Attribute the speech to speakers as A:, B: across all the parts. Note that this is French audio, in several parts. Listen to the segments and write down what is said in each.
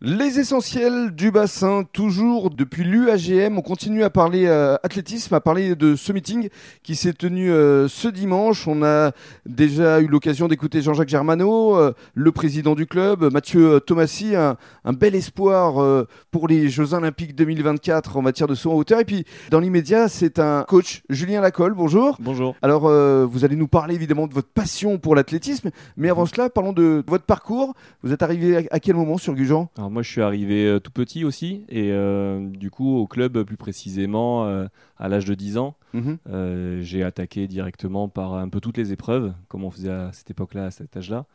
A: Les essentiels du bassin, toujours depuis l'UAGM, on continue à parler euh, athlétisme, à parler de ce meeting qui s'est tenu euh, ce dimanche. On a déjà eu l'occasion d'écouter Jean-Jacques Germano, euh, le président du club, Mathieu Tomassi, un, un bel espoir euh, pour les Jeux Olympiques 2024 en matière de saut en hauteur. Et puis, dans l'immédiat, c'est un coach, Julien Lacolle, bonjour.
B: Bonjour.
A: Alors, euh, vous allez nous parler évidemment de votre passion pour l'athlétisme, mais avant cela, parlons de votre parcours. Vous êtes arrivé à quel moment sur Gujan
B: Alors moi, je suis arrivé euh, tout petit aussi, et euh, du coup au club plus précisément euh, à l'âge de 10 ans.
A: Mhm.
B: Euh, j'ai attaqué directement par un peu toutes les épreuves, comme on faisait à cette époque-là, à cet âge-là.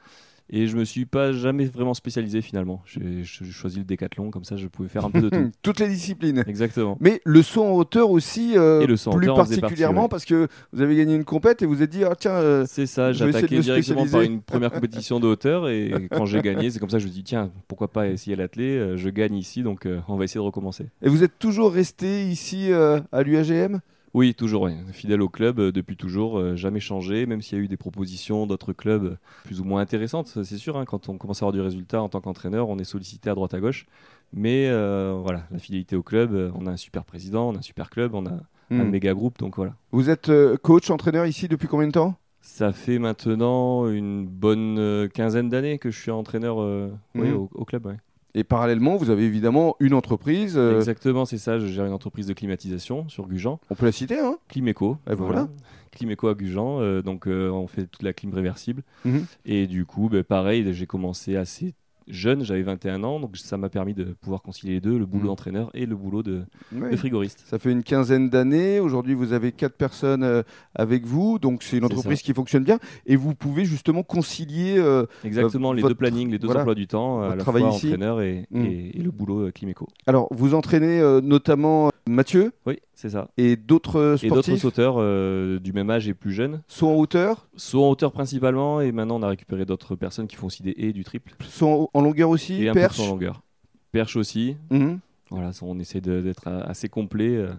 B: Et je me suis pas jamais vraiment spécialisé finalement. J'ai j'ai choisi le décathlon, comme ça je pouvais faire un peu de tout.
A: Toutes les disciplines.
B: Exactement.
A: Mais le saut en hauteur aussi, euh,
B: Et le saut en
A: plus
B: hauteur en faisait
A: particulièrement, parce que vous avez gagné une compète et vous êtes dit, ah, tiens, euh,
B: C'est ça,
A: Je
B: j'ai
A: vais essayer de
B: attaqué
A: me
B: directement par
A: spécialiser.
B: une première compétition de hauteur et quand j'ai gagné, c'est comme ça que je me dis tiens, pourquoi pas essayer l'athlé, euh, je gagne ici donc euh, on va essayer de recommencer.
A: et vous êtes toujours resté ici euh, à l'UAGM
B: Oui, toujours, oui. fidèle au club euh, depuis toujours, euh, jamais changé, même s'il y a eu des propositions d'autres clubs euh, plus ou moins intéressantes, ça, c'est sûr, hein, quand on commence à avoir du résultat en tant qu'entraîneur, on est sollicité à droite à gauche, mais euh, voilà, la fidélité au club, euh, on a un super président, on a un super club, on a un
A: Hmm.
B: méga groupe, donc voilà.
A: Vous êtes euh, coach, entraîneur ici depuis combien de temps
B: Ça fait maintenant une bonne euh, quinzaine d'années que je suis entraîneur euh, oui,
A: Mhm.
B: au, au club. ouais.
A: Et parallèlement, vous avez évidemment une entreprise, euh,
B: Exactement, c'est ça, je gère une entreprise de climatisation sur Gujan.
A: on peut la citer, hein
B: Climéco.
A: Eh ben voilà.
B: Climéco à Gujan, euh, donc euh, on fait toute la clim réversible.
A: Mhm.
B: Et du coup, ben, pareil, j'ai commencé assez jeune, j'avais 21 ans, donc ça m'a permis de pouvoir concilier les deux, le boulot
A: Mhm.
B: d'entraîneur et le boulot de,
A: Ouais.
B: de frigoriste.
A: Ça fait une quinzaine d'années. Aujourd'hui, vous avez quatre personnes euh, avec vous, donc c'est une
B: C'est
A: entreprise qui fonctionne bien. Et vous pouvez justement concilier euh,
B: Exactement, les
A: votre-
B: deux plannings, les deux
A: voilà,
B: emplois du temps, à
A: votre
B: la
A: travail
B: fois
A: ici.
B: entraîneur et,
A: Mhm.
B: et- et le boulot euh, Climéco.
A: Alors, vous entraînez euh, notamment Mathieu
B: Oui, c'est ça.
A: et d'autres euh,
B: Et d'autres
A: sportifs,
B: sauteurs euh, du même âge et plus jeunes,
A: saut en hauteur,
B: saut en hauteur principalement, et maintenant on a récupéré d'autres personnes qui font aussi des haies du triple
A: saut en- en longueur aussi,
B: et un peu de
A: perche.
B: saut en longueur. Perche aussi,
A: Mhm.
B: Voilà, ça, on essaie de- d'être euh, assez complet. euh,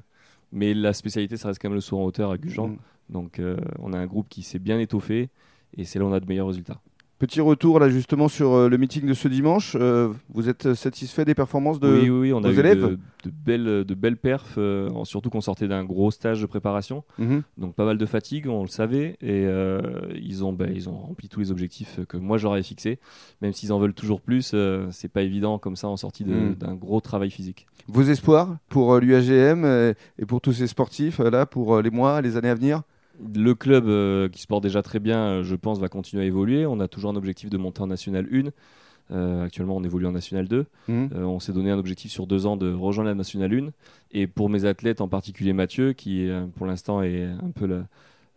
B: mais la spécialité, ça reste quand même le saut en hauteur à Gujan.
A: Mhm.
B: Donc, euh, on a un groupe qui s'est bien étoffé. Et c'est là où on a de meilleurs résultats.
A: Petit retour là justement sur euh, le meeting de ce dimanche. Euh, vous êtes satisfait des performances de
B: oui, oui, oui, on
A: vos
B: a eu de-
A: élèves
B: de, belles, de belles perfs, euh, en- surtout qu'on sortait d'un gros stage de préparation.
A: Mhm.
B: Donc, pas mal de fatigue, on le savait. Et euh, ils, ont, bah, ils ont rempli tous les objectifs que moi, je leur avais fixés. Même s'ils en veulent toujours plus, euh, c'est pas évident comme ça en sortie de-
A: Mhm.
B: d'un gros travail physique.
A: Vos espoirs pour euh, l'UAGM et pour tous ces sportifs euh, là pour euh, les mois, les années à venir
B: Le club euh, qui se porte déjà très bien, euh, je pense, va continuer à évoluer. On a toujours un objectif de monter en National 1. Euh, actuellement, on évolue en National 2.
A: Mhm.
B: Euh, on s'est donné un objectif sur deux ans de rejoindre la National 1. Et pour mes athlètes, en particulier Mathieu, qui euh, pour l'instant est un peu la,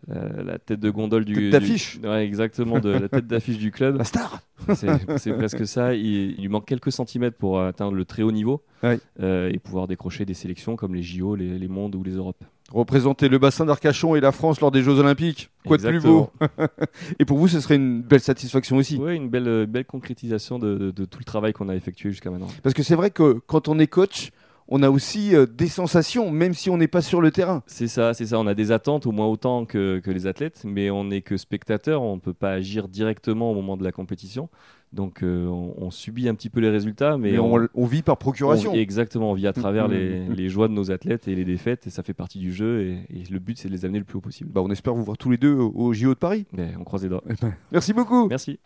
B: la- la tête de gondole du.
A: Tête
B: du-
A: d'affiche.
B: Ouais, exactement, de la tête d'affiche du club.
A: La star
B: C'est c'est presque ça. Il, il lui manque quelques centimètres pour atteindre le très haut niveau
A: Ouais.
B: euh, et pouvoir décrocher des sélections comme les JO, les, les mondes ou les Europes.
A: Représenter le bassin d'Arcachon et la France lors des Jeux Olympiques. Quoi de plus beau Et pour vous, ce serait une belle satisfaction aussi.
B: Oui, une belle, euh, belle concrétisation de, de- de tout le travail qu'on a effectué jusqu'à maintenant.
A: Parce que c'est vrai que quand on est coach, on a aussi euh, des sensations, même si on n'est pas sur le terrain.
B: C'est ça, c'est ça. On a des attentes au moins autant que, que les athlètes, mais on n'est que spectateur. On ne peut pas agir directement au moment de la compétition. Donc, euh, on, on subit un petit peu les résultats, mais,
A: Mais
B: on,
A: on, on vit par procuration.
B: on- exactement, on vit à travers
A: Mm, mm,
B: les,
A: mm.
B: les joies de nos athlètes et les défaites, et ça fait partie du jeu. Et, et le but, c'est de les amener le plus haut possible.
A: Bah, on espère vous voir tous les deux au, au JO de Paris.
B: Mais on croise les doigts.
A: Merci beaucoup.
B: Merci.